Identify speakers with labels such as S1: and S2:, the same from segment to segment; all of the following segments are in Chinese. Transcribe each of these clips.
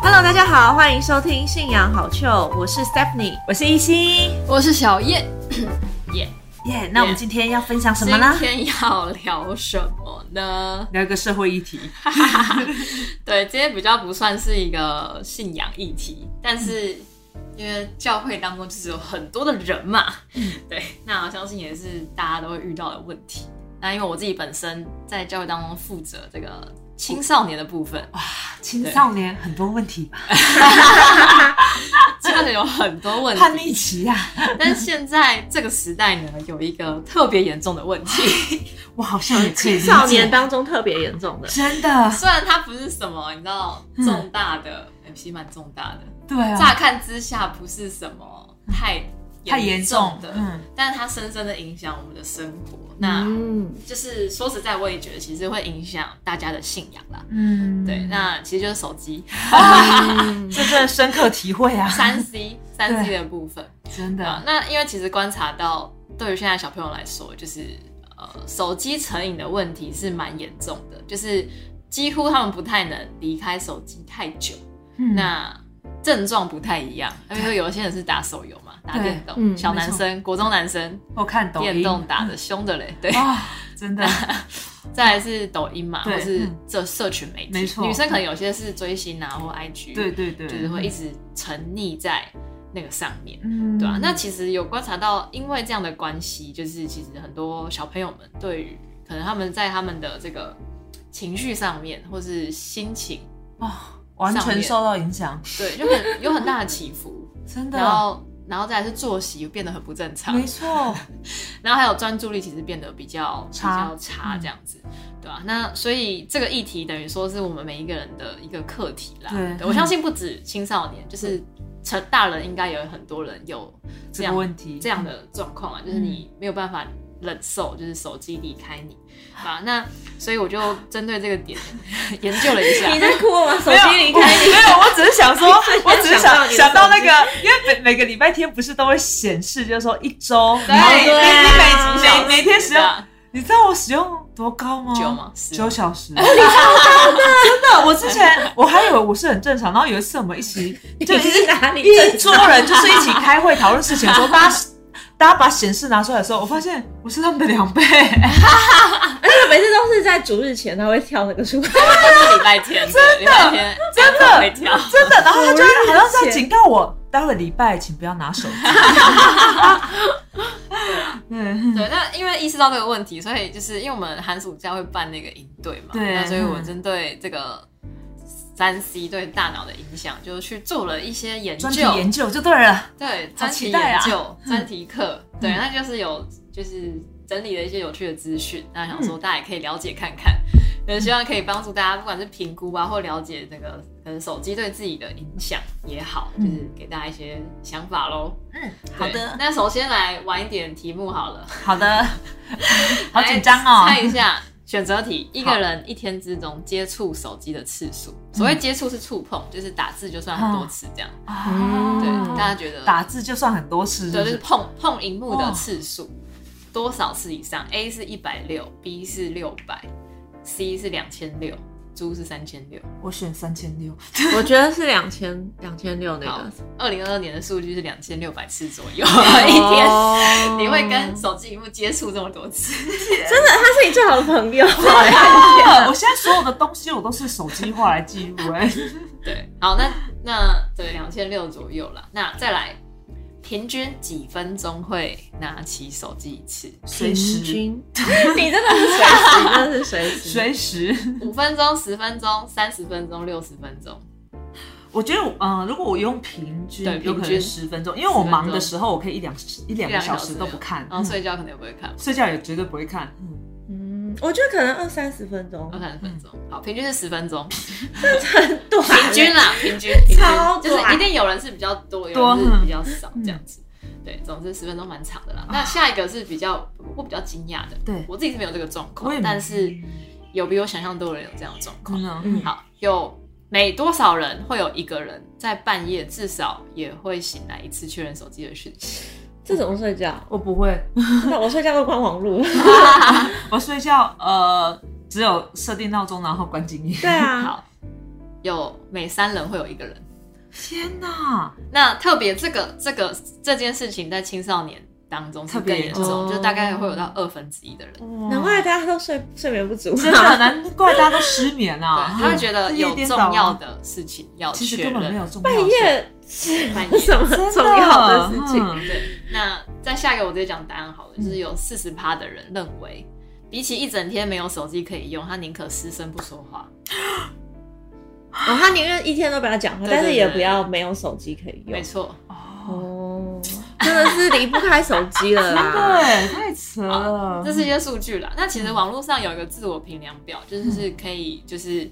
S1: 大家好，欢迎收听《信仰好秀》，我是 Stephanie，
S2: 我是一心。
S3: 我是小叶，耶、
S1: 耶、那我们
S3: Yeah
S1: 今天要分享什么呢
S3: 今？天要聊什么 呢？
S2: 聊一个社会议题，
S3: 对，今天比较不算是一个信仰议题，但是因为教会当中就是有很多的人嘛，对，那我相信也是大家都会遇到的问题。那因为我自己本身在教会当中负责这个青少年的部分，
S2: 青少年很多问题吧，
S3: 青少年有很多问
S2: 叛
S3: 题，
S2: 逆期呀、啊，
S3: 但现在这个时代呢，有一个特别严重的问题。
S2: 我好像也可以理解
S1: 少年当中特别严重的，
S2: 真 的，
S3: 虽然它不是什么，你知道
S2: 嗯
S3: 重大的，哎其实蛮重大的。
S2: 对啊，
S3: 乍看之下不是什么太
S2: 嗯太严重
S3: 的，
S2: 嗯
S3: 但是它深深的影响我们的生活。那、
S1: 嗯，
S3: 就是说实在，我也觉得其实会影响大家的信仰啦。
S2: 嗯，
S3: 对，那其实就是手 机
S1: 嗯
S2: 这真的深刻体会啊，
S3: 三 C 三 C 的部分。
S2: 真
S3: 对啊
S2: 的，
S3: 那因为其实观察到，对于现在小朋友来说，就是呃，手机成瘾的问题是蛮严重的，就是几乎他们不太能离开手机太久。
S2: 嗯
S3: 那症状不太一样，因为有些人是打手游嘛，打电动，
S1: 嗯
S3: 小男生、国中男生
S2: 我看抖
S3: 电
S2: 音
S3: 动打的凶的嘞，对。
S2: 啊，真的，
S3: 再来是抖音嘛，
S2: 对
S3: 或是
S2: 嗯
S3: 这社群媒体，
S2: 没错
S3: 女生可能有些是追星啊或 IG，
S2: 对，对对，
S3: 就是会一直沉溺在那个上面。
S2: 嗯
S3: 对啊，那其实有观察到，因为这样的关系，就是其实很多小朋友们对于可能他们在他们的这个情绪上面，或是心情，
S2: 哦，完全受到影响，
S3: 对，就很有很大的起伏。
S2: 真
S3: 然
S2: 的，
S3: 后然后再来是作息变得很不正常
S2: 没，错，
S3: 然后还有专注力其实变得比较比
S2: 差
S3: 较差这样子，对啊，那所以这个议题等于说是我们每一个人的一个课题啦。
S2: 对
S3: 我相信不止青少年，就是成大人应该有很多人有 这
S2: 这个
S3: 样
S2: 问题
S3: 这样的状况
S2: 嗯
S3: 啊，就是你没有办法忍受，就是手机离开你啊。那所以我就针对这个点研究了一 下。
S1: 你在哭吗？手
S2: 没有
S1: 机离开
S2: 啊哦我没有，我只是 想说，我只是
S1: 想到
S2: 想
S1: 你的
S2: 想到
S1: 手
S2: 那
S1: 机
S2: 个，因为每每个礼拜天不是都会显示，就是说一周，
S3: 对
S2: 每
S3: 对
S1: 啊
S2: 你每每每天使用，
S3: 啊
S2: 你知道我使用多高吗？
S3: 九吗十
S2: 九小时。 真的，我之前我还以为我是很正常，然后有一次我们一起，就
S1: 你
S2: 一
S1: 是哪里
S2: 一桌人就是一起开会讨论事情的时候， 大家大家把显示拿出来的时候，我发现我是他们的两 倍，
S1: 而且每次都是在主日前他会跳那个出来，
S3: 就是礼拜天，真的礼拜天真
S2: 的
S3: 会跳。
S2: 真的。然后他就
S1: 我
S2: 好像是
S1: 理
S2: 在
S1: 解
S2: 警告我，待会礼拜请不要拿手机。对，
S3: 对，那因为意识到这个问题，所以就是因为我们寒暑假会办那个营队嘛，
S2: 对
S3: 那所以我
S2: 嗯
S3: 针对这个三 C 对大脑的影响，就去做了一些研究
S2: 专，题研究就对了。
S3: 对，
S2: 好
S3: 专
S2: 期
S3: 题
S2: 待
S3: 研
S2: 啊
S3: 究、 专题课，
S2: 嗯
S3: 对，那就是有就是整理了一些有趣的资讯，那想
S2: 嗯
S3: 说大家也可以了解看看，就是希望可以帮助大家，不管是评估啊，或了解这个可能手机对自己的影响也好，就
S2: 嗯
S3: 是给大家一些想法喽。
S2: 嗯，
S3: 对，那首先来玩一点题目好了。
S2: 好的， 好
S3: 来
S2: 紧张哦。
S3: 猜一 下选择题，一个人一天之中接触手机的次数，所
S2: 嗯
S3: 谓接触是触碰，就是打字就算很多次这样。
S2: 啊
S3: 对，
S1: 嗯
S3: 大家觉得
S2: 打字就算很多次，
S3: 对就
S2: 就
S3: 是
S2: 是哦
S3: 碰碰荧幕的次数多少次以上？A 是一百六，B 是六百，C 是两千六。猪是三千六，
S2: 我选三千 六，
S1: 我觉得是两千两千六那
S3: 好
S1: 个，
S3: 二零二二年的数据是两千六百次左右
S2: 哦
S3: 一天，
S1: 天
S3: 你会跟手机荧幕接触这么多 次？
S1: 真的他是你最好的朋友，
S2: 我现在所有的东西我都是手机化来记录，哎，
S3: 对，好，那那对两千六左右啦。那再来，平均几分钟会拿起手机一次？
S2: 随时
S1: 你真的是随时，你真的是随时，
S2: 随时。
S3: 五分钟、十分钟、三十分钟、六十分钟。
S2: 我觉得我，嗯，如果我用平均
S3: 对，
S2: 有
S3: 平
S2: 可能
S3: 均
S2: 十分钟，因为我忙的时候，我可以一两一两个小时都不看，
S3: 然后
S2: 嗯
S3: 睡觉可能也不会看，
S2: 睡觉也绝对不会看。嗯
S1: 嗯，我觉得可能二三十分钟
S3: 然后，三十分钟。好，平均是十分钟，
S1: 很短，
S3: 平均 啦，平均，平
S1: 超
S3: 均就是
S1: 短
S3: 一定有人是比较多，有
S2: 多
S3: 人是
S2: 嗯啊
S3: 比较少这样子。对，总之十分钟蛮长的啦。那下一个是比较我比较惊讶的，
S2: 对
S3: 我自己是没有这个状
S2: 我
S3: 况，
S2: 也没
S3: 但是有比我想象多的人有这样的状况。
S2: 嗯，
S1: 嗯，
S3: 好，有每多少人会有一个人在半夜至少也会醒来一次确认手机的讯息？
S1: 这怎么睡觉？
S2: 我不会，
S1: 那我睡觉都关网络。
S2: 我睡觉呃只有设定闹钟，然后关静音。
S1: 对啊，
S3: 好，有每三人会有一个人，
S2: 天哪！
S3: 那特别这个这个这件事情在青少年当中是
S2: 特
S3: 更
S2: 别
S3: 严
S2: 严
S3: 重，
S1: 重
S3: 就大概会有到二分之一的人，
S1: 难
S2: 难
S1: 怪大家都睡睡眠不足，
S2: 真的难怪大家都失眠啊！
S3: 对，他会觉得
S2: 日夜
S3: 有
S2: 颠
S3: 重
S2: 倒啊
S3: 要的事情要
S2: 其实
S3: 确
S2: 根本没
S3: 认。
S2: 有重 要
S1: 半
S2: 性，
S1: 夜是
S3: 半夜
S1: 什么
S2: 真的
S1: 重要的事情？
S2: 嗯
S3: 对，那再下一个我直接讲答案好了，就是有四十趴的人认为，比起一整天没有手机可以用，他宁可失声不说话。
S1: 哦，他宁愿一天都不要讲话，
S3: 对对
S1: 但是也不
S3: 对
S1: 要没有手机可以用
S3: 没。错，
S2: 哦，
S1: 哦，真的是离不开手机了啦。
S2: 对，太扯了，
S3: 啊这是一些数据啦。那其实网络上有一个自我评量表，就是是可以就是。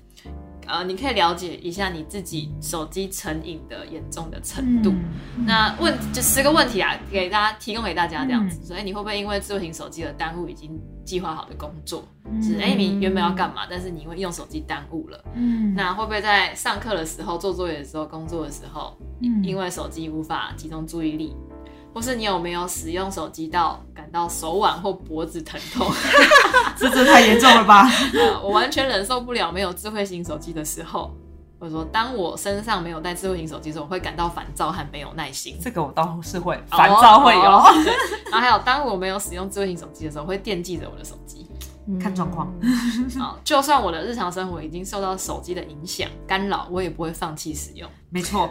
S3: 呃，你可以了解一下你自己手机成瘾的严重的程度。
S2: 嗯
S3: 那问就十个问题啊，给大家提供给大家这样
S2: 嗯
S3: 子。所以你会不会因为智慧型手机而耽误已经计划好的工作？就是哎、你原本要干嘛，但是你因为用手机耽误了。
S2: 嗯
S3: 那会不会在上课的时候、做作业的时候、工作的时候，
S2: 嗯
S3: 因为手机无法集中注意力，或是你有没有使用手机到感到手腕或脖子疼痛？
S2: 这这太严重了吧？
S3: 呃 我完全忍受不了没有智慧型手机的时候，或者说当我身上没有带智慧型手机的时候，我会感到烦躁和没有耐心。
S2: 这个我倒是会， 烦躁会
S3: 哦
S2: 有，
S3: 哦对然后还有，当我没有使用智慧型手机的时候，会惦记着我的手 机。
S1: 嗯
S2: 看状况。
S3: 啊，就算我的日常生活已经受到手机的影响干扰，我也不会放弃使用。
S2: 没错，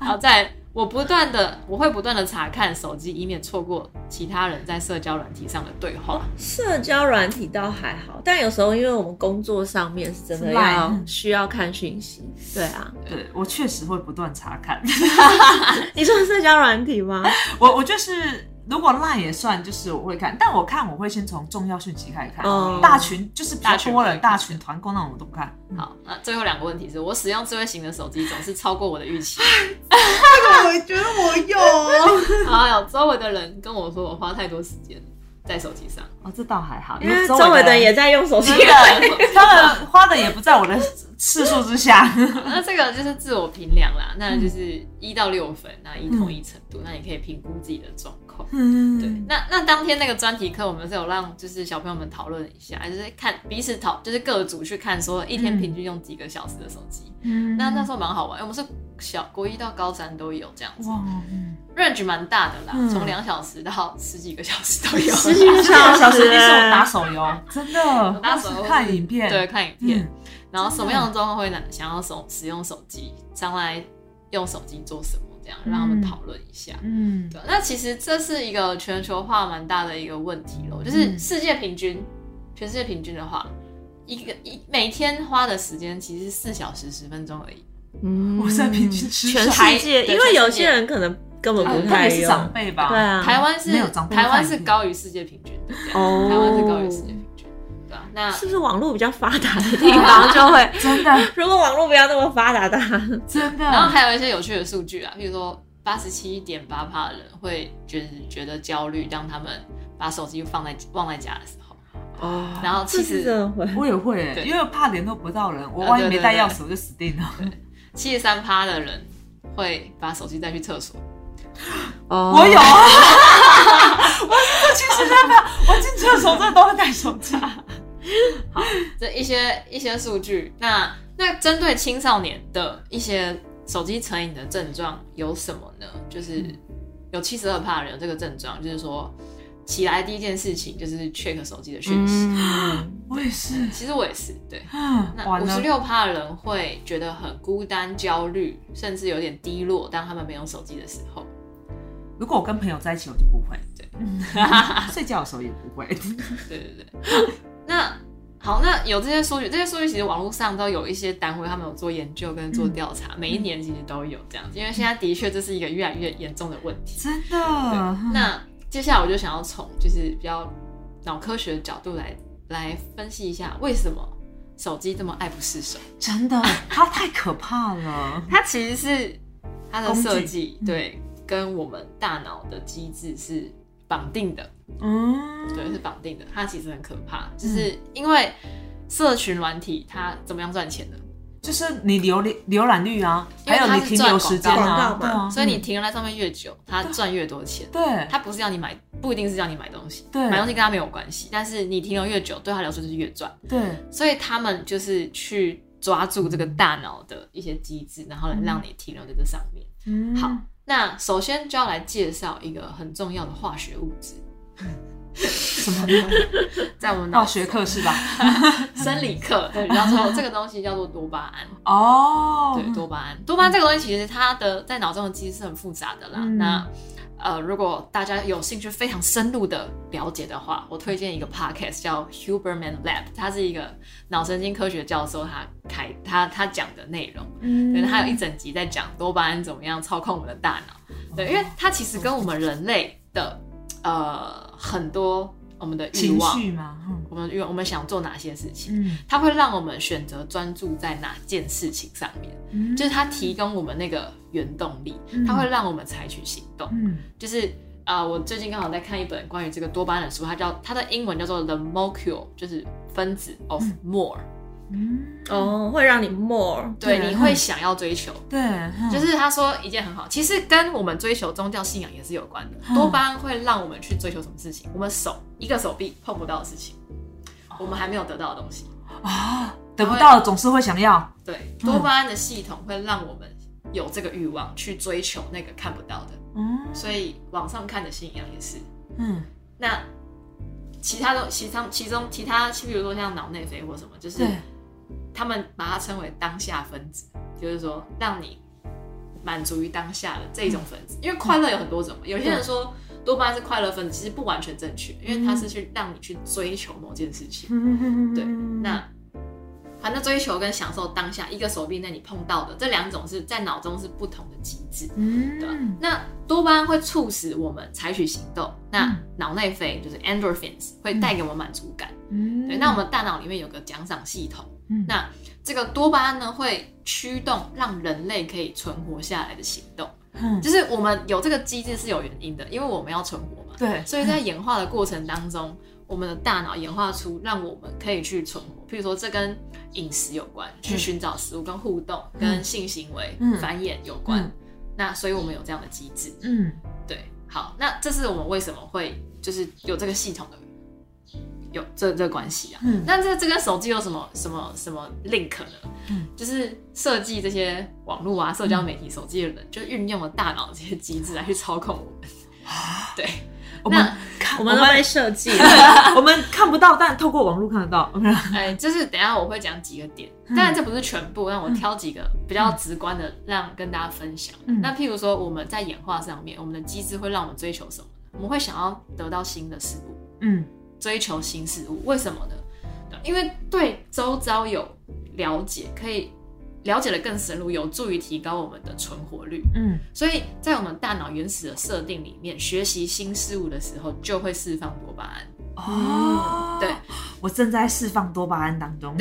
S3: 然后在我不断的，我会不断的查看手机，以免错过其他人在社交软体上的对
S2: 哦
S3: 话。
S1: 社交软体倒还好，但有时候因为我们工作上面是真的要
S2: Line
S1: 需要看讯息。对啊，
S2: 对我确实会不断查看，
S1: 你说社交软体吗？
S2: 我我就是。如果 Line 也算，就是我会看，但我看我会先从重要讯息开始看，
S1: 哦
S2: 大群就是比较多人，
S3: 大
S2: 大
S3: 群
S2: 群团购那种我都不看。
S3: 好，那最后两个问题是我使用智慧型的手机总是超过我的预期，
S2: 我觉得我有哦，
S3: 然后还有哎周围的人跟我说我花太多时间在手 机上，
S2: 这倒还 好，
S1: 因为周围的人也在用手机。
S2: 他们花的也不在我的次数之下。
S3: 那这个就是自我评量啦，那就是
S2: 嗯
S3: 一到六分，那一同一程度，那你可以评估自己的状况。对，
S2: 嗯，
S3: 那那当天那个专题课，我们是有让就是小朋友们讨论一下，就是看彼此讨，就是各组去看说一天平均用几个小时的手机。
S2: 嗯
S3: 那那时候蛮好玩，因为我们是小国一到高三都有这样子
S2: 哇，嗯
S3: ，range 蛮大的啦，
S2: 嗯
S3: 从两小时到十几个小时都有。
S1: 十几 个
S2: 啊这两个小时
S1: 小时
S2: 一直我打手游，真的，
S3: 打手游
S2: 或是看影片，
S3: 对，看影
S2: 嗯，
S3: 片，然后什么样的状况会拿想要手使用手机，将来用手机做什么，这样让他们讨论一下。
S2: 嗯，
S3: 对，啊那其实这是一个全球化蛮大的一个问题咯，就是
S2: 嗯
S3: 世界平均，全世界平均的话，一个一每天花的时间其实是四小时十分钟而已。
S1: 嗯
S2: 我在平均吃
S1: 全
S2: 上
S1: 世界，
S3: 对
S1: 因为有
S3: 全世界
S1: 些人可能根本
S2: 啊
S1: 不
S2: 他
S1: 太
S3: 哎
S2: 也是长
S1: 用。
S2: 辈吧？
S1: 对，啊，
S3: 台湾是
S2: 没有长辈
S3: 台湾
S2: 看
S3: 是
S2: 影片
S3: 高于世界平均的，这样
S1: 哦
S3: 台湾是高于世界平均，对吧、那
S1: 是不是网络比较发达的地方就会？
S2: 真的
S1: 如果网络不要那么发达的话，
S2: 真
S1: 嗯
S3: 然后
S2: 的，
S3: 还有一些有趣的数据啊，譬如说八十七点八趴的人会就是觉得焦虑，当他们把手机放在忘在家的时候，
S2: 哦
S3: 然后
S1: 这
S3: 其
S1: 是
S3: 实
S1: 真的会。
S2: 我也会
S3: 对，
S2: 因为怕联络不到人，我
S3: 啊
S2: 万一
S3: 对
S2: 没
S3: 对
S2: 带
S3: 对
S2: 钥匙我就死定了。
S3: 七十三趴的人会把手机带去厕所。
S1: 哦
S2: 我有，啊， 我其实真的， 我进厕所真的都会带手 机。
S3: 这一些一些数据。那那针对青少年的一些手机成瘾的症状有什么呢？就是有七十二帕人有这个症状，就是说起来第一件事情就是 check 手机的讯息。
S1: 嗯
S2: 我也是，
S3: 其实我也是，对。
S2: 啊
S3: 那
S2: 完
S3: 五
S2: 了
S3: 十，六帕的人会觉得很孤单、焦虑，甚至有点低落，当他们没有手机的时 候。
S2: 如果我跟朋友在一起，我就不会。
S3: 对
S2: 对， 睡觉的时候也不会。
S3: 对对对。那好，那有这些数据，这些数据其实网络上都有一些单位，他们有做研究跟做调查，嗯每一年其实都有这样子，因为现在的确这是一个越来越严重的问题。
S2: 真的，
S3: 对
S2: 嗯
S3: 那接下来我就想要从就是比较脑科学的角度来来分析一下，为什么手机这么爱不释手？
S2: 真的，它太可怕了。
S3: 它其实是它的
S2: 工具
S3: 设计
S2: 嗯
S3: 对，跟我们大脑的机制是绑定的。
S2: 嗯，
S3: 对，是绑定的。它其实很可怕，就是因为社群软体它怎么样赚钱的？
S2: 就是你浏览浏览率啊，
S3: 因为
S2: 还
S3: 它是
S2: 有你停留时间啊
S1: 赚广告嘛，
S2: 对啊，
S3: 所以你停留在上面越久，它赚越多钱。
S2: 对
S3: 它不是要你买，不一定是要你买东西，
S2: 对
S3: 买东西跟它没有关系。但是你停留越久，对它来说就是越赚。
S2: 对
S3: 所以他们就是去抓住这个大脑的一些机制，然后来让你停留在这上面。
S2: 嗯
S3: 好，那首先就要来介绍一个很重要的化学物质，
S2: 什么呢？
S3: 在我们 脑
S2: 化哦学课是吧？
S3: 生理课，哦 对，然后说这个东西叫做多巴胺。
S2: 哦，
S3: 对，多巴胺，多巴胺这个东西其实它的在脑中的机制是很复杂的啦。
S2: 嗯
S3: 那呃，如果大家有兴趣非常深入的了解的话，我推荐一个 podcast 叫 Huberman Lab，它是一个脑神经科学教授他开他他讲的内容，
S2: 嗯
S3: 对，他有一整集在讲多巴胺怎么样操控我们的大脑，对，因为它其实跟我们人类的呃很多我们的欲
S2: 情
S3: 望，
S2: 绪嘛，嗯
S3: 我们的欲望我们想做哪些事情，
S2: 嗯
S3: 它会让我们选择专注在哪件事情上面。
S2: 嗯
S3: 就是它提供我们那个原动力，它会让我们采取行动。
S2: 嗯
S3: 就是啊、呃我最近刚好在看一本关于这个多巴胺的书，它叫它的英文叫做《The Molecule》，就是分子 of
S2: 嗯
S3: more、
S2: 嗯，
S1: 哦，会让你 more
S3: 对，
S2: 对
S3: 你
S2: 嗯
S3: 会想要追求。
S2: 对，嗯
S3: 就是他说一件很好，其实跟我们追求宗教信仰也是有关的。
S2: 嗯
S3: 多巴胺会让我们去追求什么事情？我们手一个手臂碰不到的事情，我们还没有得到的东西。
S2: 啊，得不到的总是会想要，
S3: 对，多巴胺的系统会让我们有这个欲望去追求那个看不到的。
S2: 嗯
S3: 所以网上看的信仰也是。
S2: 嗯，
S3: 那其他的其他其中其他，比如说像脑内啡或什么，就是
S2: 对，
S3: 他们把它称为当下分子，就是说让你满足于当下的这种分子。因为快乐有很多种嘛，有些人说多巴胺是快乐分子，其实不完全正确，因为它是去让你去追求某件事情。对
S2: 嗯
S3: 那反正追求跟享受当下，一个手臂内你碰到的这两种是在脑中是不同的机制。对吧
S2: 嗯
S3: 那多巴胺会促使我们采取行动，那
S2: 嗯
S3: 脑内啡就是 endorphins 会带给我们满足感。
S2: 嗯
S3: 对，那我们大脑里面有个奖赏系统，
S2: 嗯
S3: 那这个多巴胺呢会驱动让人类可以存活下来的行动，
S2: 嗯
S3: 就是我们有这个机制是有原因的，因为我们要存活嘛。
S2: 对，
S3: 所以在演化的过程当中，我们的大脑演化出让我们可以去存活，譬如说这跟饮食有关，去寻找食物、跟互动、跟性行为、
S2: 嗯
S3: 繁衍有关。
S2: 嗯
S3: 那所以我们有这样的机制。
S2: 嗯
S3: 对，好，那这是我们为什么会就是有这个系统的有这这个关系啊。
S2: 嗯
S3: 那这这跟手机有什么什么什么 link 呢？
S2: 嗯
S3: 就是设计这些网络啊、社交媒体、手机的人，就运用了大脑这些机制来去操控我们。对，
S2: 我
S3: 那
S2: 们看
S1: 我们都被设计了。
S2: 我们看不到，但透过网络看得到。
S3: 哎，就是等一下我会讲几个点，当然这不是全部，让我挑几个比较直观的让跟大家分享。
S2: 嗯
S3: 那譬如说我们在演化上面，我们的机制会让我们追求什么呢？我们会想要得到新的事物。
S2: 嗯
S3: 追求新事物，为什么呢？对因为对周遭有了解，可以了解的更深入，有助于提高我们的存活率。
S2: 嗯
S3: 所以在我们大脑原始的设定里面，学习新事物的时候就会释放多巴胺，
S2: 哦，
S3: 嗯对，
S2: 我正在释放多巴胺当中。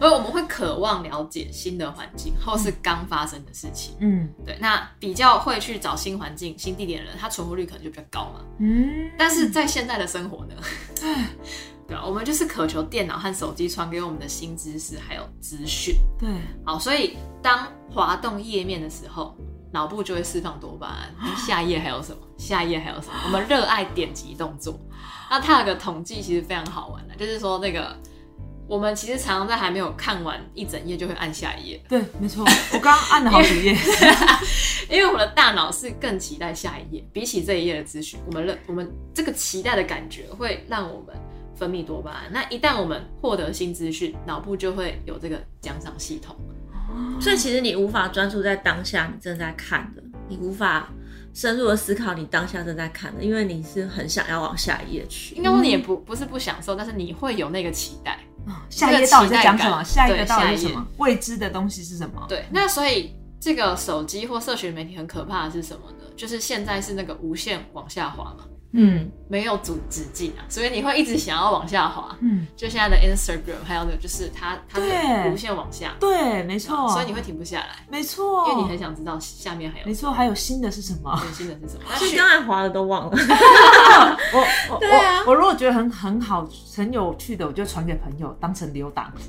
S3: 而我们会渴望了解新的环境或是刚发生的事情。
S2: 嗯
S3: 对，那比较会去找新环境、新地点的人，他存活率可能就比较高嘛。
S2: 嗯，
S3: 但是在现在的生活呢，对吧？啊我们就是渴求电脑和手机传给我们的新知识还有资讯。
S2: 对，
S3: 好，所以当滑动页面的时候，脑部就会释放多巴胺。下一页还有什么？下一页还有什么？我们热爱点击动作。那它有个统计，其实非常好玩的，就是说那个我们其实常常在还没有看完一整页就会按下一页，
S2: 对，没错，我刚刚按了好 几页。
S3: 因为我们的大脑是更期待下一页，比起这一页的资讯，我们认我们这个期待的感觉会让我们分泌多巴胺。那一旦我们获得新资讯，脑部就会有这个奖赏系统。
S1: 所以其实你无法专注在当下你正在看的，你无法深入的思考你当下正在看的，因为你是很想要往下一页去
S3: 应。该说你也不不是不享受，但是你会有那个期待。
S2: 下一页到底在讲什么？
S3: 嗯这个期待感
S2: 下一个到底是
S3: 对
S2: 什么？未知的东西是什么？
S3: 对，那所以这个手机或社群媒体很可怕的是什么呢？就是现在是那个无限往下滑嘛，
S1: 嗯，
S3: 没有阻止境啊，所以你会一直想要往下滑。
S2: 嗯，
S3: 就现在的 Instagram，还有呢，就是它它
S2: 对
S3: 的无限往下，
S2: 对，没错。
S3: 所以你会停不下来，
S2: 没错，
S3: 因为你很想知道下面还有
S2: 没错，还有新的是什 么？
S3: 最新的是什么。那
S1: 所以
S3: 去
S1: 刚才滑的都忘了。
S2: 我我
S1: 对啊
S2: 我我如果觉得很很好、很有趣的，我就传给朋友当成留档。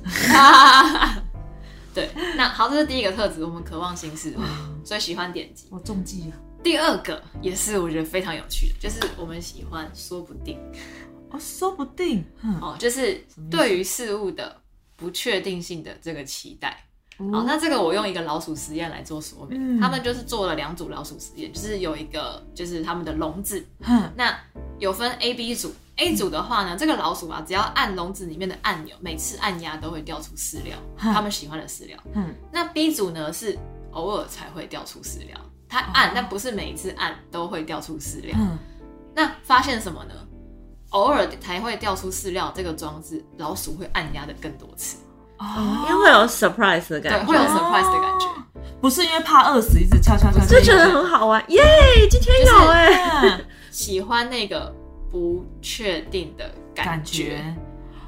S3: 对，那好，这是第一个特质，我们渴望新事物，所以喜欢点击。
S2: 我中计了，
S3: 第二个也是我觉得非常有趣的，就是我们喜欢说不定。
S2: 哦，说不定，嗯，
S3: 哦，就是对于事物的不确定性的这个期待。
S2: 哦
S3: 好，那这个我用一个老鼠实验来做说明。
S2: 嗯
S3: 他们就是做了两组老鼠实验，就是有一个就是他们的笼子，
S2: 哼
S3: 那有分 A、B 组。A 组的话呢，
S2: 嗯
S3: 这个老鼠啊，只要按笼子里面的按钮，每次按压都会掉出饲料，
S2: 哼
S3: 他们喜欢的饲料。
S2: 哼
S3: 那 B 组呢是偶尔才会掉出饲料，它按，
S2: 哦
S3: 但不是每一次按都会掉出饲料。
S2: 哼，
S3: 那发现什么呢？偶尔才会掉出饲料这个装置，老鼠会按压的更多次，
S2: 哦
S1: 因为会有 surprise 的
S3: 对，
S1: 感
S3: 嗯会有
S1: 觉，哦
S3: surprise 的感觉。
S2: 不是因为怕饿死，一直敲敲敲，
S1: 就觉得很好玩，耶！今天有哎、
S2: 嗯
S3: 喜欢那个不确定的 感
S2: 感
S3: 觉，
S2: 觉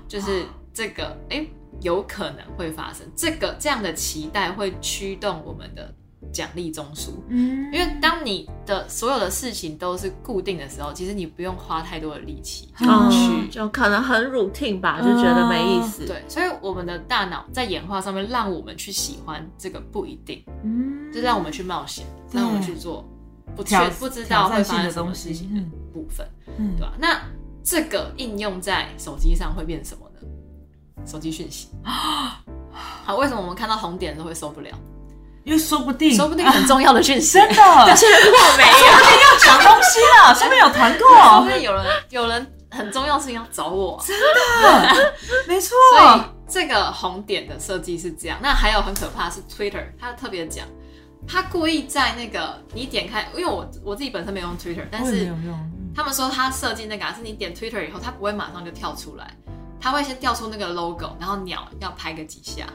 S3: 就是这个哎、诶有可能会发生。这个这样的期待会驱动我们的奖励中枢，
S2: 嗯
S3: 因为当你的所有的事情都是固定的时候，其实你不用花太多的力气。
S2: 嗯嗯
S1: 哦，就可能很 routine 吧，就觉得没意思。
S3: 嗯对，所以我们的大脑在演化上面，让我们去喜欢这个不一定，
S2: 嗯
S3: 就让我们去冒险，
S2: 对
S3: 让我们去做不确
S2: 挑
S3: 不知道会发生
S2: 挑战性的
S3: 什么
S2: 东
S3: 事
S2: 西
S3: 情的部分，
S2: 嗯
S3: 对吧、那这个应用在手机上会变什么呢？手机讯 息。好，为什么我们看到红点都会受不了？
S2: 因为说不定
S3: 说不定很重要的讯息，
S2: 嗯真 的
S1: 结果 没有，
S2: 要抢东西 了，上面有团
S3: 说
S2: 购
S3: 不，定有人有人很重要的事情要找我啊、
S2: 没错，
S3: 所以这个红点的设计是这样。那还有很可怕的是 Twitter，它特别讲，它故意在那个你点开，因为我我自己本身没有用 Twitter，但
S2: 哦我也没
S3: 是
S2: 有用，
S3: 他们说它设计那个啊是你点 Twitter 以后，它不会马上就跳出来，它会先调出那个 logo，然后鸟要拍个几下，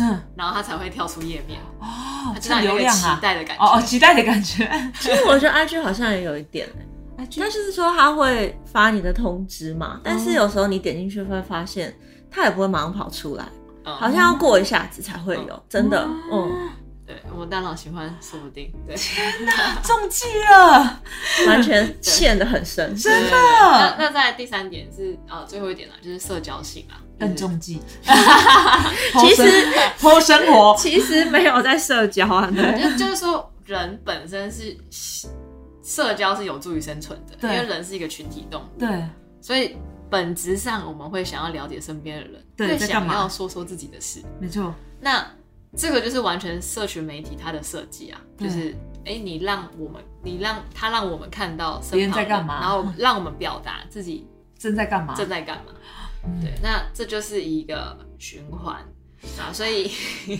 S2: 嗯
S3: 然后它才会跳出页面，
S2: 哦
S3: 它，就
S2: 这
S3: 让你有
S2: 流
S3: 一个
S2: 量
S3: 期
S2: 啊，
S3: 待的感觉。
S2: 哦哦，期待的感觉，
S1: 其实我觉得 IG 好像也有一点、欸，但是说它会发你的通知嘛，但是有时候你点进去会发现它也不会马上跑出来，
S3: 嗯
S1: 好像要过一下子才会有，真的，嗯，
S2: 嗯，
S3: 对我们大脑喜欢，说不定对。
S2: 中计了，
S1: 完全陷得很深。
S2: 真的
S3: 对那
S2: 嗯
S3: 那在第三点是呃最后一点啦，就是社交性啦，
S2: 更
S3: 就是
S2: 中计，
S1: 其 实
S2: 偷生 活，
S1: 其实没有在社交啊，对，
S3: 就就是说，人本身是社交是有助于生存的，
S2: 对
S3: 因为人是一个群体动物，
S2: 对，
S3: 所以本质上我们会想要了解身边的人，
S2: 对
S3: 会
S2: 在干
S3: 想
S2: 嘛
S3: 要说说自己的事。
S2: 没错，
S3: 那这个就是完全社群媒体它的设计啊，就
S2: 对
S3: 是哎、诶你让我们，你让他让我们看到身旁
S2: 别人在干嘛
S3: 人然后让我们表达自己
S2: 正在干嘛？
S3: 正在干嘛。
S2: 嗯
S3: 对，那这就是一个循环啊，所以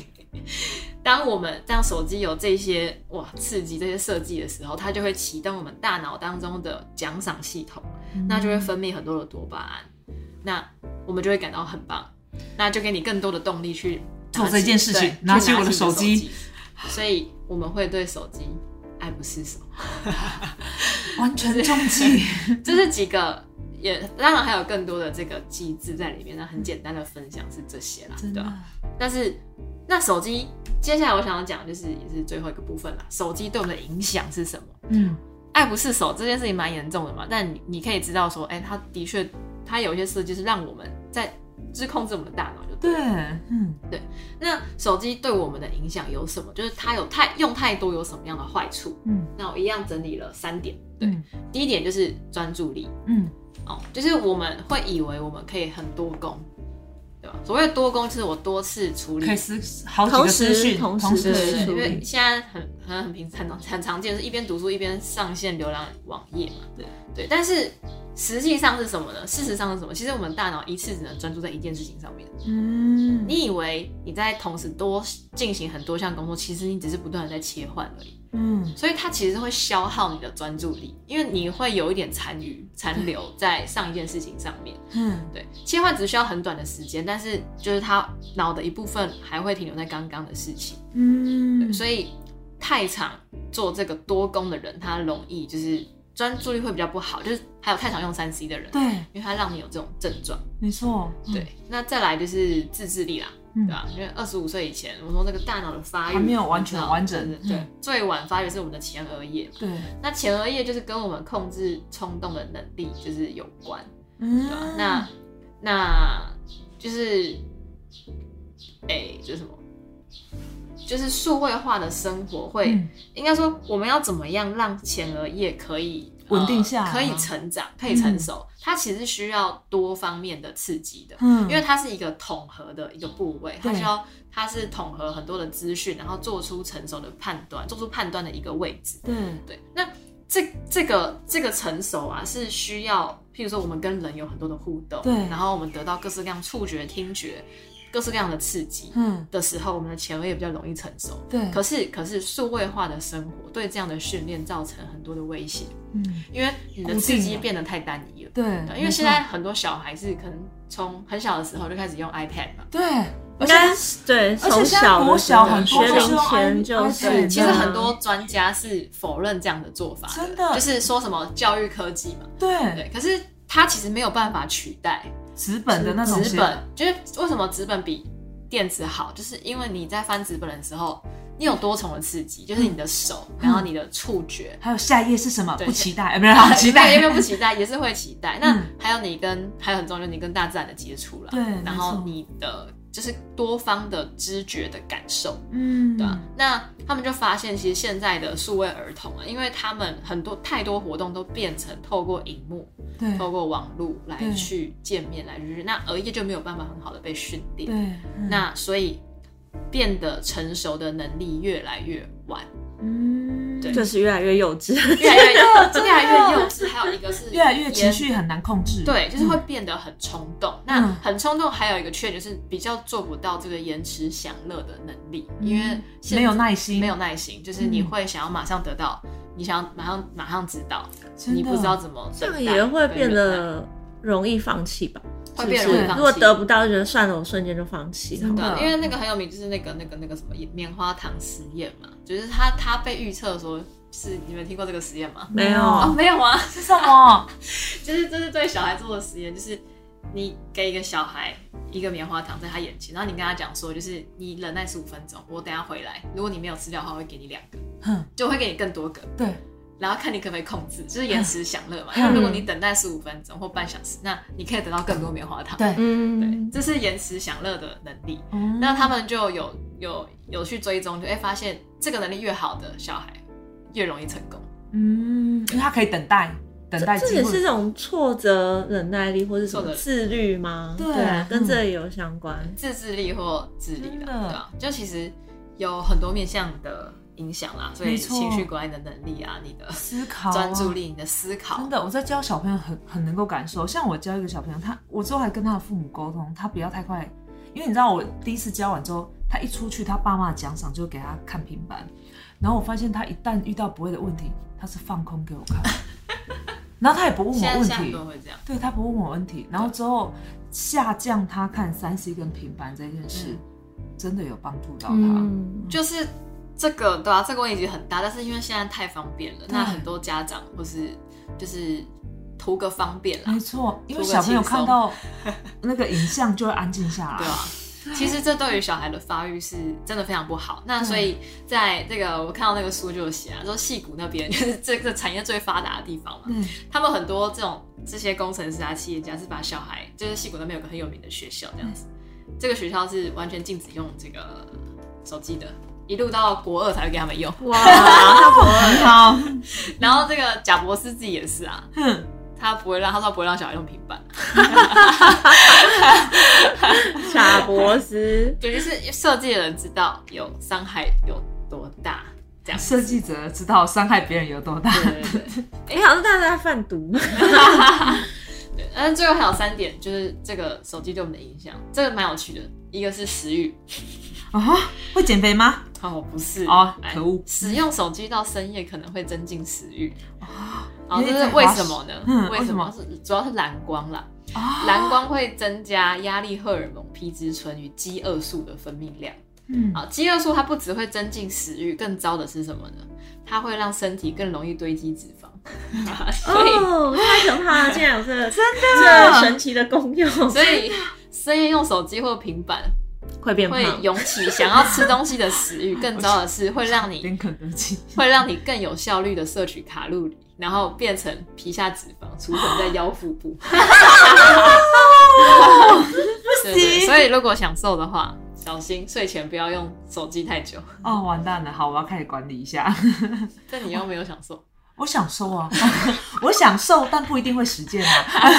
S3: 当我们当手机有这些哇刺激这些设计的时候，它就会启动我们大脑当中的奖赏系统，
S2: 嗯
S3: 那就会分泌很多的多巴胺，那我们就会感到很棒，那就给你更多的动力去拿
S2: 做这
S3: 起
S2: 件事情
S3: 对
S2: 拿
S3: 去
S2: 起我的
S3: 你手
S2: 手机
S3: 机，所以我们会对手机爱不释手。
S2: 完全中计，
S3: 这是几个，也当然还有更多的这个机制在里面。那很简单的分享是这些啦，
S2: 真
S3: 对
S2: 的
S3: 啊。但是那手机，接下来我想要讲就是也是最后一个部分啦，手机对我们的影响是什么？
S2: 嗯，
S3: 爱不释手这件事情蛮严重的嘛，但你你可以知道说，哎、它的确它有一些设计是让我们在就是控制我们的大脑就对
S2: 对
S3: 了。，
S2: 嗯，
S3: 那手机对我们的影响有什么？就是它有太用太多有什么样的坏处？
S2: 嗯，
S3: 那我一样整理了三点。对，
S2: 嗯
S3: 第一点就是专注力。
S2: 嗯，
S3: 哦，就是我们会以为我们可以很多工，对吧？所谓的多工，就是我多次处理
S2: 可以。思好几个资讯，
S1: 同时
S2: 同
S3: 对
S1: 同
S2: 时
S1: 时
S3: 对
S2: 处
S3: 对，因为
S2: 理，
S3: 现在很很很平很很常见，是一边读书一边上线浏览网页嘛。
S2: 对
S3: 对，但是实际上是什么呢？事实上是什么？其实我们大脑一次只能专注在一件事情上面。
S2: 嗯，
S3: 你以为你在同时多进行很多项工作，其实你只是不断的在切换而已。
S2: 嗯，
S3: 所以它其实会消耗你的专注力，因为你会有一点残余残留在上一件事情上面。
S2: 嗯，
S3: 对，切换只需要很短的时间，但是就是他脑的一部分还会停留在刚刚的事情，
S2: 嗯，
S3: 所以太常做这个多工的人，他容易就是专注力会比较不好，就是还有太常用三 C 的人，
S2: 对，
S3: 因为他让你有这种症状。
S2: 没错，
S3: 对，那再来就是自制力啦，
S2: 嗯
S3: 对啊吧、因为二十五岁以前，我说那个大脑的发育
S2: 还没有完全
S3: 你知道
S2: 完整
S3: 对对
S2: 嗯
S3: 最晚发育是我们的前额叶，
S2: 对，
S3: 那前额叶就是跟我们控制冲动的能力就是有关。
S2: 嗯
S3: 对吧、啊那那就是，哎、就是什么？就是数位化的生活会，
S2: 嗯
S3: 应该说我们要怎么样让前额叶可以
S2: 稳
S3: 呃
S2: 定下来吗嗯
S3: 可以成长，可以成熟，它其实需要多方面的刺激的。
S2: 嗯
S3: 因为它是一个统合的一个部位，它
S2: 对
S3: 需要它是统合很多的资讯，然后做出成熟的判断，做出判断的一个位置。
S2: 对，
S3: 对，那这这个这个成熟啊，是需要，譬如说我们跟人有很多的互动，
S2: 对
S3: 然后我们得到各式各样触觉、听觉，各式各样的刺激
S2: 嗯，
S3: 的时候，我们的前额叶比较容易成熟。
S2: 对，
S3: 可是，可是数位化的生活对这样的训练造成很多的威胁，
S2: 嗯，
S3: 因为你的
S2: 固定
S3: 刺激
S2: 了
S3: 变得太单一了。
S2: 对，
S3: 对因为现在很多小孩是可能从很小的时候就开始用 iPad 嘛，
S2: 没错对，而
S1: 应
S2: 且
S1: 该是对，
S2: 而且
S1: 从
S2: 现在
S1: 小
S2: 国
S1: 的时
S2: 小
S1: 候
S2: 很
S1: 学
S3: 多都是
S1: 龄
S2: 用
S1: 前
S2: i-
S1: 就是
S2: 哎对
S1: 的，
S3: 其实很多专家是否认这样的做法
S2: 真的
S3: 就是说什么教育科技嘛，
S2: 对
S3: 对，可是它其实没有办法取代
S2: 纸本的那种
S3: 纸
S2: 写
S3: 本，就是为什么纸本比电子好，就是因为你在翻纸本的时候，你有多重的刺激，就是你的手，
S2: 嗯
S3: 然后你的触觉。
S2: 还有下一页是什么？
S3: 对啊
S2: 不期待，哎没有好期待
S3: 因。为不期待也是会期待。那
S2: 嗯
S3: 还有你跟还有很重要，就是你跟大自然的接触了，
S2: 对
S3: 然
S2: 没
S3: 后
S2: 错
S3: 你的就是多方的知觉的感受，
S2: 嗯，
S3: 对啊，那他们就发现，其实现在的数位儿童啊，因为他们很多太多活动都变成透过荧幕、
S2: 对
S3: 透过网络来
S2: 对
S3: 去见面、来认识，那额叶就没有办法很好的被训
S2: 对，
S3: 练。
S2: 嗯
S3: 那所以变得成熟的能力越来越晚，
S2: 嗯，
S3: 对
S1: 就是越来越幼稚。
S3: 越来越
S2: 真的
S3: 越来越幼稚，还有一个是
S2: 越来越情
S3: 也
S2: 绪很难控制。
S3: 对，就是会
S2: 嗯
S3: 变得很冲动。那很冲动还有一个缺点就是比较做不到这个延迟享乐的能力，因为现
S2: 嗯没有耐心，嗯
S3: 没有耐心，就是你会想要马上得到，你想要马上马上知道，
S2: 真的，
S3: 你不知道怎么
S1: 这
S3: 等待
S1: 样也会
S3: 对
S1: 变
S3: 忍
S1: 得容易放弃吧？
S3: 耐会
S1: 是不
S3: 变
S1: 是
S3: 得容易
S2: 放
S1: 如果得
S3: 放
S1: 不到，就觉得算了，我瞬间就放弃
S2: 真
S1: 了。
S2: 的
S3: 弃。对，啊因为那个很有名，就是那个那个那个什么棉花糖实验嘛，就是他他被预测说是你们听过这个实验吗？
S1: 没有
S3: 哦，没有啊，
S2: 是什么？
S3: 就是这是对小孩做的实验，就是你给一个小孩一个棉花糖在他眼前，然后你跟他讲说，就是你忍耐十五分钟，我等一下回来，如果你没有吃掉的话，我会给你两个，
S2: 哼，
S3: 就会给你更多个。
S2: 对，
S3: 然后看你可不可以控制，就是延迟享乐嘛。
S2: 嗯
S3: 因为如果你等待十五分钟或半小时，那你可以得到更多棉花糖。
S2: 对
S1: 嗯
S3: 对，，这是延迟享乐的能力。
S2: 嗯
S3: 那他们就有有有去追踪，就哎发现这个能力越好的小孩越容易成功。
S2: 嗯，因为他可以等待，等待
S1: 这
S2: 机
S1: 也
S2: 会
S1: 是这种挫折忍耐力或是什
S3: 挫
S1: 么
S3: 折
S1: 自律吗？
S2: 对
S1: 啊
S2: 嗯
S1: 跟这也有相关。
S3: 自制力或自理啦，
S2: 真的
S3: 对啊，就其实有很多面向的影响啦，所以
S2: 没错
S3: 情绪管理的能力啊，你的
S2: 思考啊
S3: 专注力、你的思考
S2: 真，的，我在教小朋友很很能够感受。像我教一个小朋友，他我之后还跟他的父母沟通，他不要太快，因为你知道我第一次教完之后，他一出去，他爸妈的奖赏就给他看平板，然后我发现他一旦遇到不会的问题，他是放空给我看，然后他也不问
S3: 现在
S2: 我问
S3: 现在很多
S2: 题
S3: 人，会这样，
S2: 对他不问我问题，然后之后下降他看三 C 跟平板这件事，真的有帮助到他。
S1: 嗯，
S3: 就是这个对啊，这个问题其实很大，但是因为现在太方便了，那很多家长或是就是图个方便啦
S2: 没，错，因为
S3: 图个
S2: 小朋友
S3: 轻松
S2: 看到那个影像就会安静下来。
S3: 对啊。其实这对于小孩的发育是真的非常不好。那所以在这个我看到那个书就有写啊，说戏谷那边 就是这个产业最发达的地方嘛，
S2: 对，
S3: 他们很多这种这些工程师啊、企业家是把小孩，就是戏谷那边有个很有名的学校这样子，这个学校是完全禁止用这个手机的，一路到国二才会给他们用。
S1: 哇，他不
S2: 很 好。
S3: 然后这个贾博士自己也是啊，
S2: 哼
S3: 他不会让他说不会让小孩用平板，
S1: 傻博斯，
S3: 对，就是设计的人知道有伤害有多大，这 样。
S2: 设计者知道伤害别人有多大。
S3: 对对对对，
S1: 你哎好像大家在贩毒吗？
S3: 对但是最后还有三点，就是这个手机对我们的影响，这个蛮有趣的。一个是食欲，
S2: 啊、哈， 会减肥吗？
S3: 哦，不是
S2: 哦
S3: 来
S2: 可恶
S3: 使用手机到深夜可能会增进食欲。哦，
S2: 因
S3: 这
S2: 为
S3: 是
S2: 在
S3: 为
S2: 滑
S3: 什么呢？
S2: 嗯
S3: 为
S2: 为
S3: 什
S2: 什
S3: 么
S2: 么
S3: 是主要是蓝光啦？
S2: 啊
S3: 蓝光会增加压力荷尔蒙、皮质醇与饥饿素的分泌量。
S2: 嗯，
S3: 啊，饥饿素它不只会增进食欲，更糟的是什么呢？它会让身体更容易堆积脂肪。 所以，
S1: 哦，太可怕了！竟然有这 个真的这神奇的功用，
S3: 所以深夜用手机或平板
S1: 会变
S3: 会
S1: 胖。
S3: 涌起想要吃东西的食 欲，更糟的是会让你
S2: 连肯德基。
S3: 会让你更有效率的摄取卡路里，然后变成皮下脂肪储存在腰腹 部。对对，所以如果想瘦的话，小心睡前不要用手机太久。
S2: 哦，完蛋了，好，我要开始管理一下。
S3: 但你又没有想瘦，
S2: 我享受啊， 我享受，但不一定会实践啊。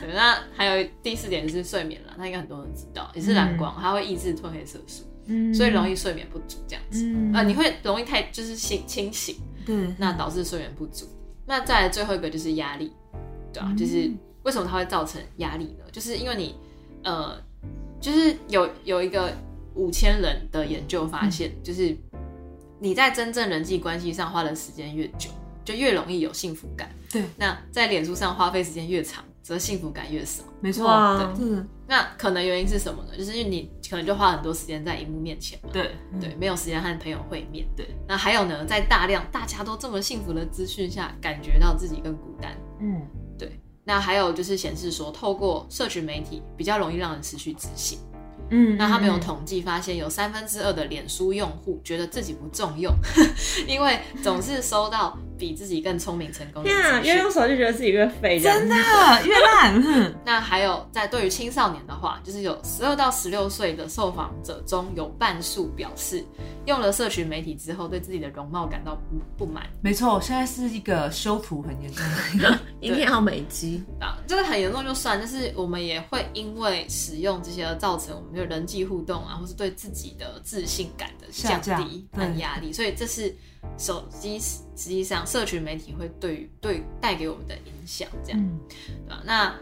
S3: 对，那还有第四点是睡眠了，那应该很多人知道，也是蓝光，它会抑制褪黑色素，
S2: 嗯
S3: 所以容易睡眠不足这样子。
S2: 嗯
S3: 啊，你会容易太就是醒清醒，
S2: 对
S3: 那导致睡眠不足。那再来最后一个就是压力，对啊，
S2: 嗯
S3: 就是为什么它会造成压力呢？就是因为你呃，就是有有一个五千人的研究发现，就是你在真正人际关系上花的时间越久，就越容易有幸福感。
S2: 对，
S3: 那在脸书上花费时间越长，则幸福感越少。
S2: 没错，
S1: 哇
S2: 对
S3: 那可能原因是什么呢？就是因为你可能就花很多时间在荧幕面前嘛，
S2: 对
S1: 嗯
S3: 对，没有时间和朋友会面。
S2: 对，
S3: 那还有呢，在大量大家都这么幸福的资讯下，感觉到自己更孤单。
S2: 嗯
S3: 那还有就是显示说，透过社群媒体比较容易让人失去自信。
S1: 嗯
S3: 那他们有
S1: 嗯
S3: 统计发现，有三分之二的脸书用户觉得自己不重用， 因为总是收到比自己更聪明成功的
S1: 天啊，
S3: 资
S1: 越
S3: 讯
S1: 用。手就觉得自己越废，这样
S2: 真的越烂，哼
S3: 那还有在对于青少年的话，就是有十二到十六岁的受访者中有半数表示，用了社群媒体之后，对自己的容貌感到不不满。
S2: 没错，现在是一个修图很严重的一个
S1: 一定要美肌。
S3: 啊，这个很严重就算，但是我们也会因为使用这些而造成我们的人际互动啊，或是对自己的自信感的
S2: 下降
S3: 降低
S2: 对
S3: 和压力，所以这是手机实实际上社群媒体会对于对带给我们的影响，这样、
S2: 嗯
S3: 对吧？那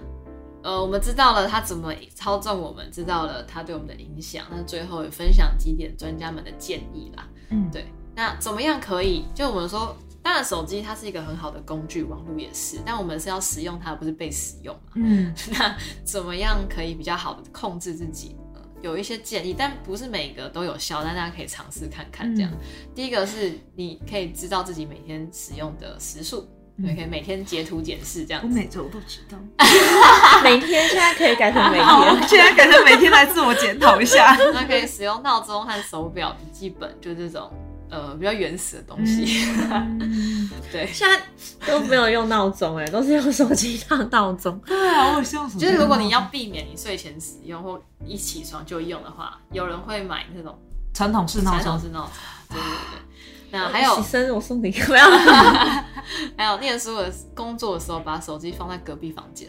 S3: 呃，我们知道了它怎么操纵我们，知道了它对我们的影响，那最后也分享几点专家们的建议啦。
S2: 嗯
S3: 对，那怎么样可以？就我们说，当然手机它是一个很好的工具，网络也是，但我们是要使用它，不是被使用嘛。
S2: 嗯
S3: 那 怎么样可以比较好的控制自己？呃有一些建议，但不是每个都有效，但大家可以尝试看看。这
S2: 嗯
S3: 样，第一个是你可以知道自己每天使用的时数，
S2: 嗯
S3: 对，可以每天截图检视这样
S2: 我
S3: 子。
S2: 每周都知道，
S1: 每天现在可以改成每
S2: 好，我
S1: 天，
S2: 现在感觉每天来自我检讨一下。
S3: 那可以使用闹钟和手表、笔记本，就这种呃比较原始的东西。
S2: 嗯
S3: 对，
S1: 现在都没有用闹钟哎，都是用手机当闹 钟。
S2: 对啊，我也希望什么？
S3: 就是如果你要避免你睡前使用或一起床就用的话，有人会买那种
S2: 传统式闹
S3: 传
S2: 钟
S3: 统，式闹钟。对对对。 那啊还有
S1: 洗生日我送你一个，不要
S3: 还有念书的工作的时候，把手机放在隔壁房间。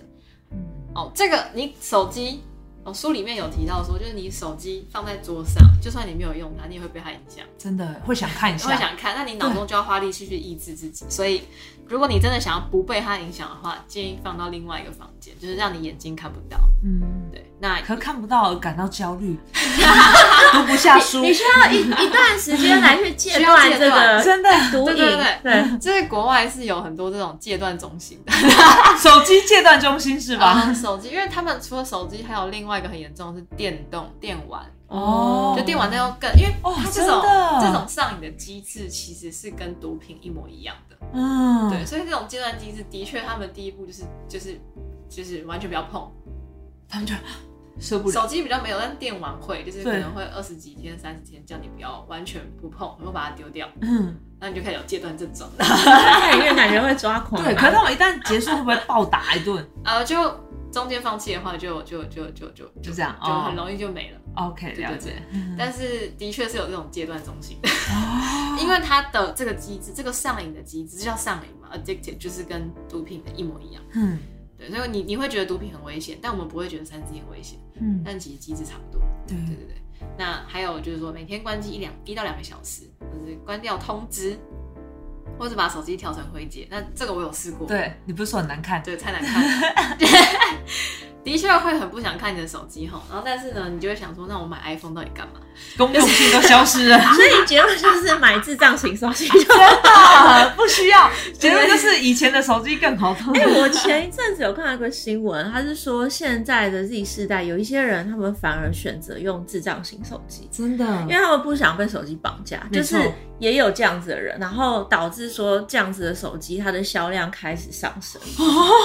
S2: 嗯
S3: 哦，这个你手机哦，书里面有提到说，就是你手机放在桌上，就算你没有用它，你也会被它影响，
S2: 真的会想看一
S3: 你会
S2: 下，
S3: 想看。那你脑中就要花力气去抑制自己。所以，如果你真的想要不被它影响的话，建议放到另外一个房间，就是让你眼睛看不到。
S2: 嗯，
S3: 对，那
S2: 可看不到而感到焦虑，读不下书
S1: 你，需要一一段时间来去戒断这
S3: 需要啊
S1: 个
S2: 真的
S1: 毒瘾，
S3: 对对对
S1: 对
S3: 这个国外是有很多这种戒断中心的，
S2: 手机戒断中心是吧？
S3: 啊 手机，因为他们除了手机，还有另外一个很严重的是电动电玩。
S2: 哦
S3: 就电玩那种更，因为
S2: 哦
S3: 它这种、
S2: 真的
S3: 这种上瘾的机制其实是跟毒品一模一样的，
S2: 嗯，
S3: 对，，所以这种戒断机制的确，他们第一步就是就是就是完全不要碰，
S2: 他们就受不了，
S3: 手机比较没有，但电玩会，就是可
S2: 对
S3: 能会二十几天、三十天叫你不要完全不碰，然后把它丢掉，
S2: 嗯，
S3: 那你就开始有戒断症状，
S1: 看越感觉会抓狂。
S2: 对。可是他们一旦结束，会不会暴打一顿
S3: 呃，就中间放弃的话就，就就就就
S2: 就这样
S3: 就
S2: 哦
S3: 很容易就没了。
S2: ？OK，
S3: 对
S2: 了
S3: 对
S2: 解
S3: 对。
S2: 嗯
S3: 但是的确是有这种戒断中心，因为它的这个机制，这个上瘾的机制这叫上瘾嘛，addicted 就是跟毒品的一模一样。
S2: 嗯
S3: 对，所以你你会觉得毒品很危险，但我们不会觉得三 C 很危险，
S2: 嗯，
S3: 但其实机制差不多。
S2: 对，
S3: 对对对。那还有就是说，每天关机一两一到两个小时，就是关掉通知，或者把手机调成灰阶。那这个我有试过，
S2: 对你不是说很难看？
S3: 对，太难看。 的确会很不想看你的手机吼，然后但是呢，你就会想说，那我买 iPhone 到底干嘛？
S2: 公用性都消失了。
S1: 所以结论就是买智障型手机就。
S2: 啊， 不需要。结论就是以前的手机更好用。
S1: 哎、我前一阵子有看到一个新闻，他是说现在的 Z 世代有一些人，他们反而选择用智障型手机，
S2: 真的
S1: 因为他们不想被手机绑架，
S2: 没
S1: 就
S2: 错
S1: 是也有这样子的人，然后导致说这样子的手机它的销量开始上 升，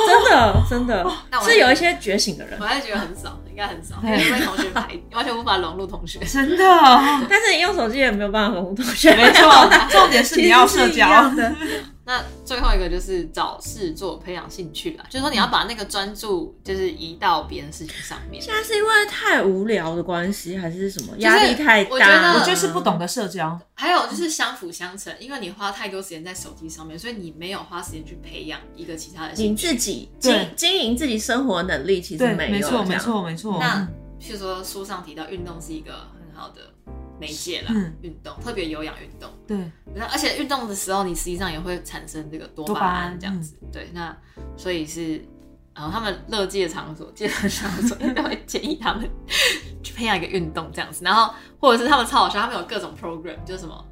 S1: 真的真的
S2: 哦
S3: 那我
S1: 是有一些觉醒的人
S3: 我，还是觉得很少，应该很少，因
S2: 对
S3: 为被同学排，完全无法融入同学。
S2: 真的，
S1: 但是你用手机也没有办法融入同学，
S2: 没错。重点是你要社
S1: 其实是一样
S2: 交。
S1: 的，
S3: 那最后一个就是找事做，培养兴趣啦。就是说你要把那个专注，就是移到别人事情上面。
S1: 现在是因为太无聊的关系，还是什么
S3: 是
S1: 压力太大？
S3: 我觉得
S2: 我就是不懂得社交，
S3: 还有就是相辅相成，因为你花太多时间在手机上面，所以你没有花时间去培养一个其他的
S1: 你
S3: 兴趣。
S1: 自己
S2: 对
S1: 经经营自己生活的能力，其实
S2: 对，
S1: 没有
S2: 没错，
S1: 这
S2: 没
S1: 样
S2: 错，没错。
S3: 那
S2: 嗯
S3: 譬如说书上提到，运动是一个很好的媒介啦
S2: 嗯，
S3: 运动特别有氧运动。
S2: 对，
S3: 那而且运动的时候，你实际上也会产生这个多
S2: 多
S3: 巴
S2: 巴
S3: 胺
S2: 胺
S3: 这样子。对，那所以是，然后他们乐界场所、健身场所都会建议他们去培养一个运动这样子。然后或者是他们超好笑，他们有各种 program，就是什么。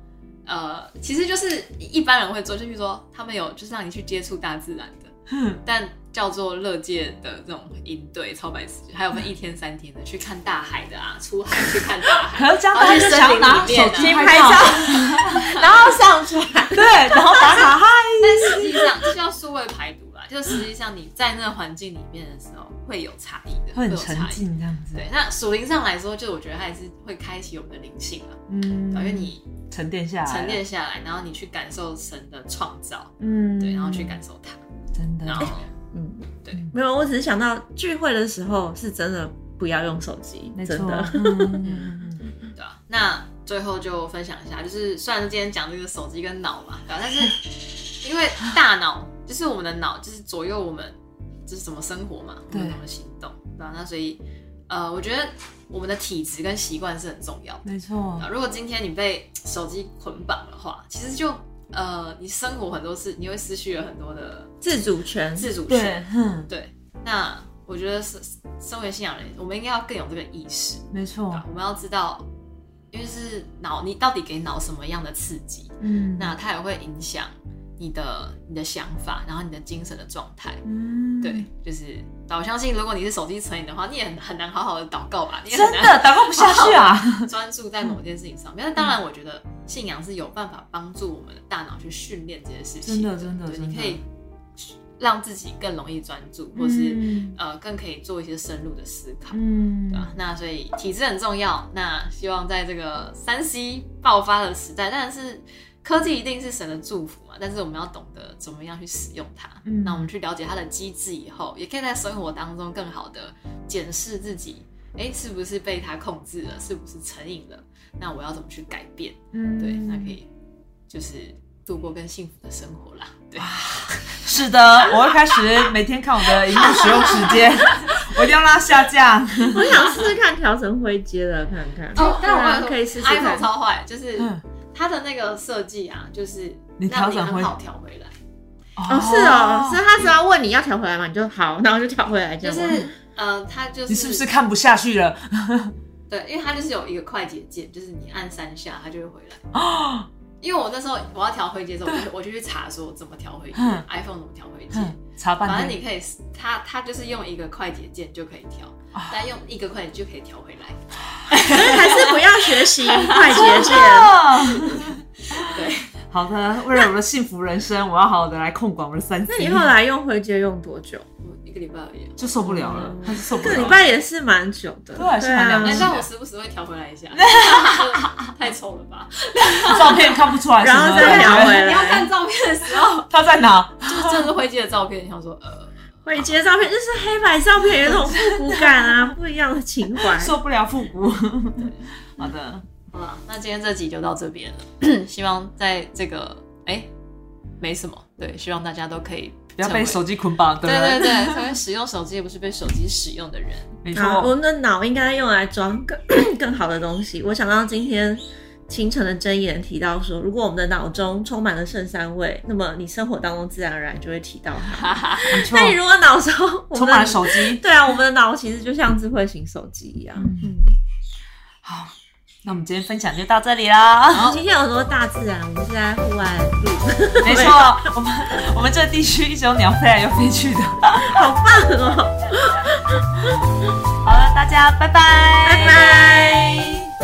S3: 呃，其实就是一般人会做，就比如说他们有就是让你去接触大自然的，
S2: 哼
S3: 但叫做乐界的这种营队超白痴，还有分一天三天的去看大海的啊，出海去看大海，
S2: 可是这样大家就想要拿手
S3: 啊
S2: 机拍照，
S1: 然后上传，
S2: 对，然后打 卡嗨。
S3: 但实际上，这叫数位排毒啦。就实际上你在那个环境里面的时候，会有差异的，
S2: 会很
S3: 有
S2: 沉
S3: 差异。
S2: 浸这样子，
S3: 对，那属灵上来说，就我觉得它也是会开启我们的灵性啊，
S2: 嗯
S3: 因为你
S2: 沉淀下来，
S3: 沉淀下来，然后你去感受神的创造，
S2: 嗯，哎
S3: 对，然后去感受它，
S2: 真的
S3: 然，后
S1: 嗯，
S3: 对，
S1: 没有，我只是想到聚会的时候是真的不要用手机，
S2: 没错，
S1: 真的。
S2: 嗯嗯嗯嗯
S3: 对啊。那最后就分享一下，就是虽然今天讲这个手机跟脑嘛，对啊，但是 因为大脑就是我们的脑，就是左右我们就是怎么生活嘛，我
S2: 对
S3: 们怎么行动，对啊。那所以呃，我觉得我们的体质跟习惯是很重要的。
S2: 没错
S3: 啊，，如果今天你被手机捆绑的话，其实就呃，你生活很多事，你会失去了很多的
S1: 自主权，
S3: 自主
S2: 对
S3: 权。，
S2: 哼，
S3: 对，那我觉得是身为信仰人，我们应该要更有这个意识，
S2: 没
S3: 对
S2: 错
S3: 吧，我们要知道，因为是脑，你到底给脑什么样的刺激，
S2: 嗯，
S3: 那它也会影响你的你的想法，然后你的精神的状态。
S2: 嗯，
S3: 对，就是我相信，如果你是手机成瘾的话，你也很很难好好的祷告吧，你也
S2: 真
S3: 很
S2: 的
S3: 难
S2: 打工不下去啊，
S3: 专注在某件事情上面。那当然，我觉得信仰是有办法帮助我们的大脑去训练这些事情。
S2: 真的真的
S3: 对，
S2: 真
S3: 你
S2: 的
S3: 可以让自己更容易专注，或是、
S2: 嗯
S3: 呃更可以做一些深入的思考。
S2: 嗯
S3: 对吧？那所以体质很重要。那希望在这个三 C 爆发的时代，当然是科技一定是神的祝福嘛，但是我们要懂得怎么样去使用它。
S2: 嗯
S3: 那我们去了解它的机制以后，也可以在生活当中更好的检视自己，哎，是不是被它控制了？是不是成瘾了？那我要怎么去改变？
S2: 嗯
S3: 对，那可以就是度过更幸福的生活啦。对，
S2: 是的，我会开始每天看我的荧幕使用时 间，我一定要让它下降。
S1: 我想试试看调成灰阶的，看看。对啊
S3: 哦我
S1: 可以试试
S3: iPhone
S1: 看。
S3: 超坏，就是
S2: 嗯
S3: 它的那个设计啊，就是
S2: 你
S3: 让
S2: 调
S3: 你
S2: 整
S3: 很
S2: 回
S3: 好调回来。
S1: 哦，是哦，是他只要问你要调回来嘛，你就好，然后就 调回来这
S3: 就
S1: 样
S3: 是
S1: 吗。
S3: 呃，它就是
S2: 你是不是看不下去了？
S3: 对，因为它就是有一个快捷键，就是你按三下，它就会回来。
S2: 哦，
S3: 因为我那时候我要调回接的时候，我就我就去查说怎么调回接
S2: 嗯
S3: ，iPhone 怎么调回接。
S2: 哼嗯查
S3: 反
S2: 半
S3: 正
S2: 天，
S3: 你可以，它它就是用一个快捷键就可以调，
S2: 啊
S3: 但用一个快捷就可以调回 来。
S1: 所以还是不要学习快捷 键。
S2: 哦
S3: 对，
S2: 好的，为了我的幸福人生，我要好好的来控管我的三 C。
S1: 那你后来用灰阶用多久？
S3: 我一个礼拜而已啊。
S2: 就受不了了，他是受不
S1: 一个礼
S2: 了了。
S1: 拜也是蛮久的，
S2: 对啊是蛮两
S3: 哎、
S2: 年
S3: 但我时不时会调回来一 下，太丑了吧？
S2: 照片看不出来什么
S1: 然后再聊回
S2: 的，
S3: 你要
S1: 来
S3: 看。照片的时候，
S2: 他在哪？
S3: 就是这是灰机的照片，你想说呃，
S1: 灰阶照片就是黑白照片，有一种复古感 啊，不一样的情怀。
S2: 受不了复 古。好的，
S3: 好了，那今天这集就到这边了。 希望在这个哎、没什么，对，希望大家都可以
S2: 不要被手
S3: 机，
S2: 机捆绑，
S3: 对
S2: 对不
S3: 对
S2: 对？
S3: 对，成为使用手机也不是被手机使用的人。
S2: 没
S1: 啊，我
S2: 错，
S1: 们的脑应该用来装 更更好的东西。我想到今天清晨的真言提到说，如果我们的脑中充满了圣三位，那么你生活当中自然而然就会提到它。
S2: 没错
S1: 那，你如果脑中我们
S2: 充
S1: 的
S2: 满了手机。
S1: 对啊，我们的脑其实就像智慧型手机一样。
S2: 好，那我们今天分享就到这里啦。
S1: 今天有很多大自然，我们是在户外录，
S2: 没错，我们我们这地区一直有鸟飞来又飞去的。
S1: 好棒哦！
S2: 好了，大家拜拜，
S1: 拜拜。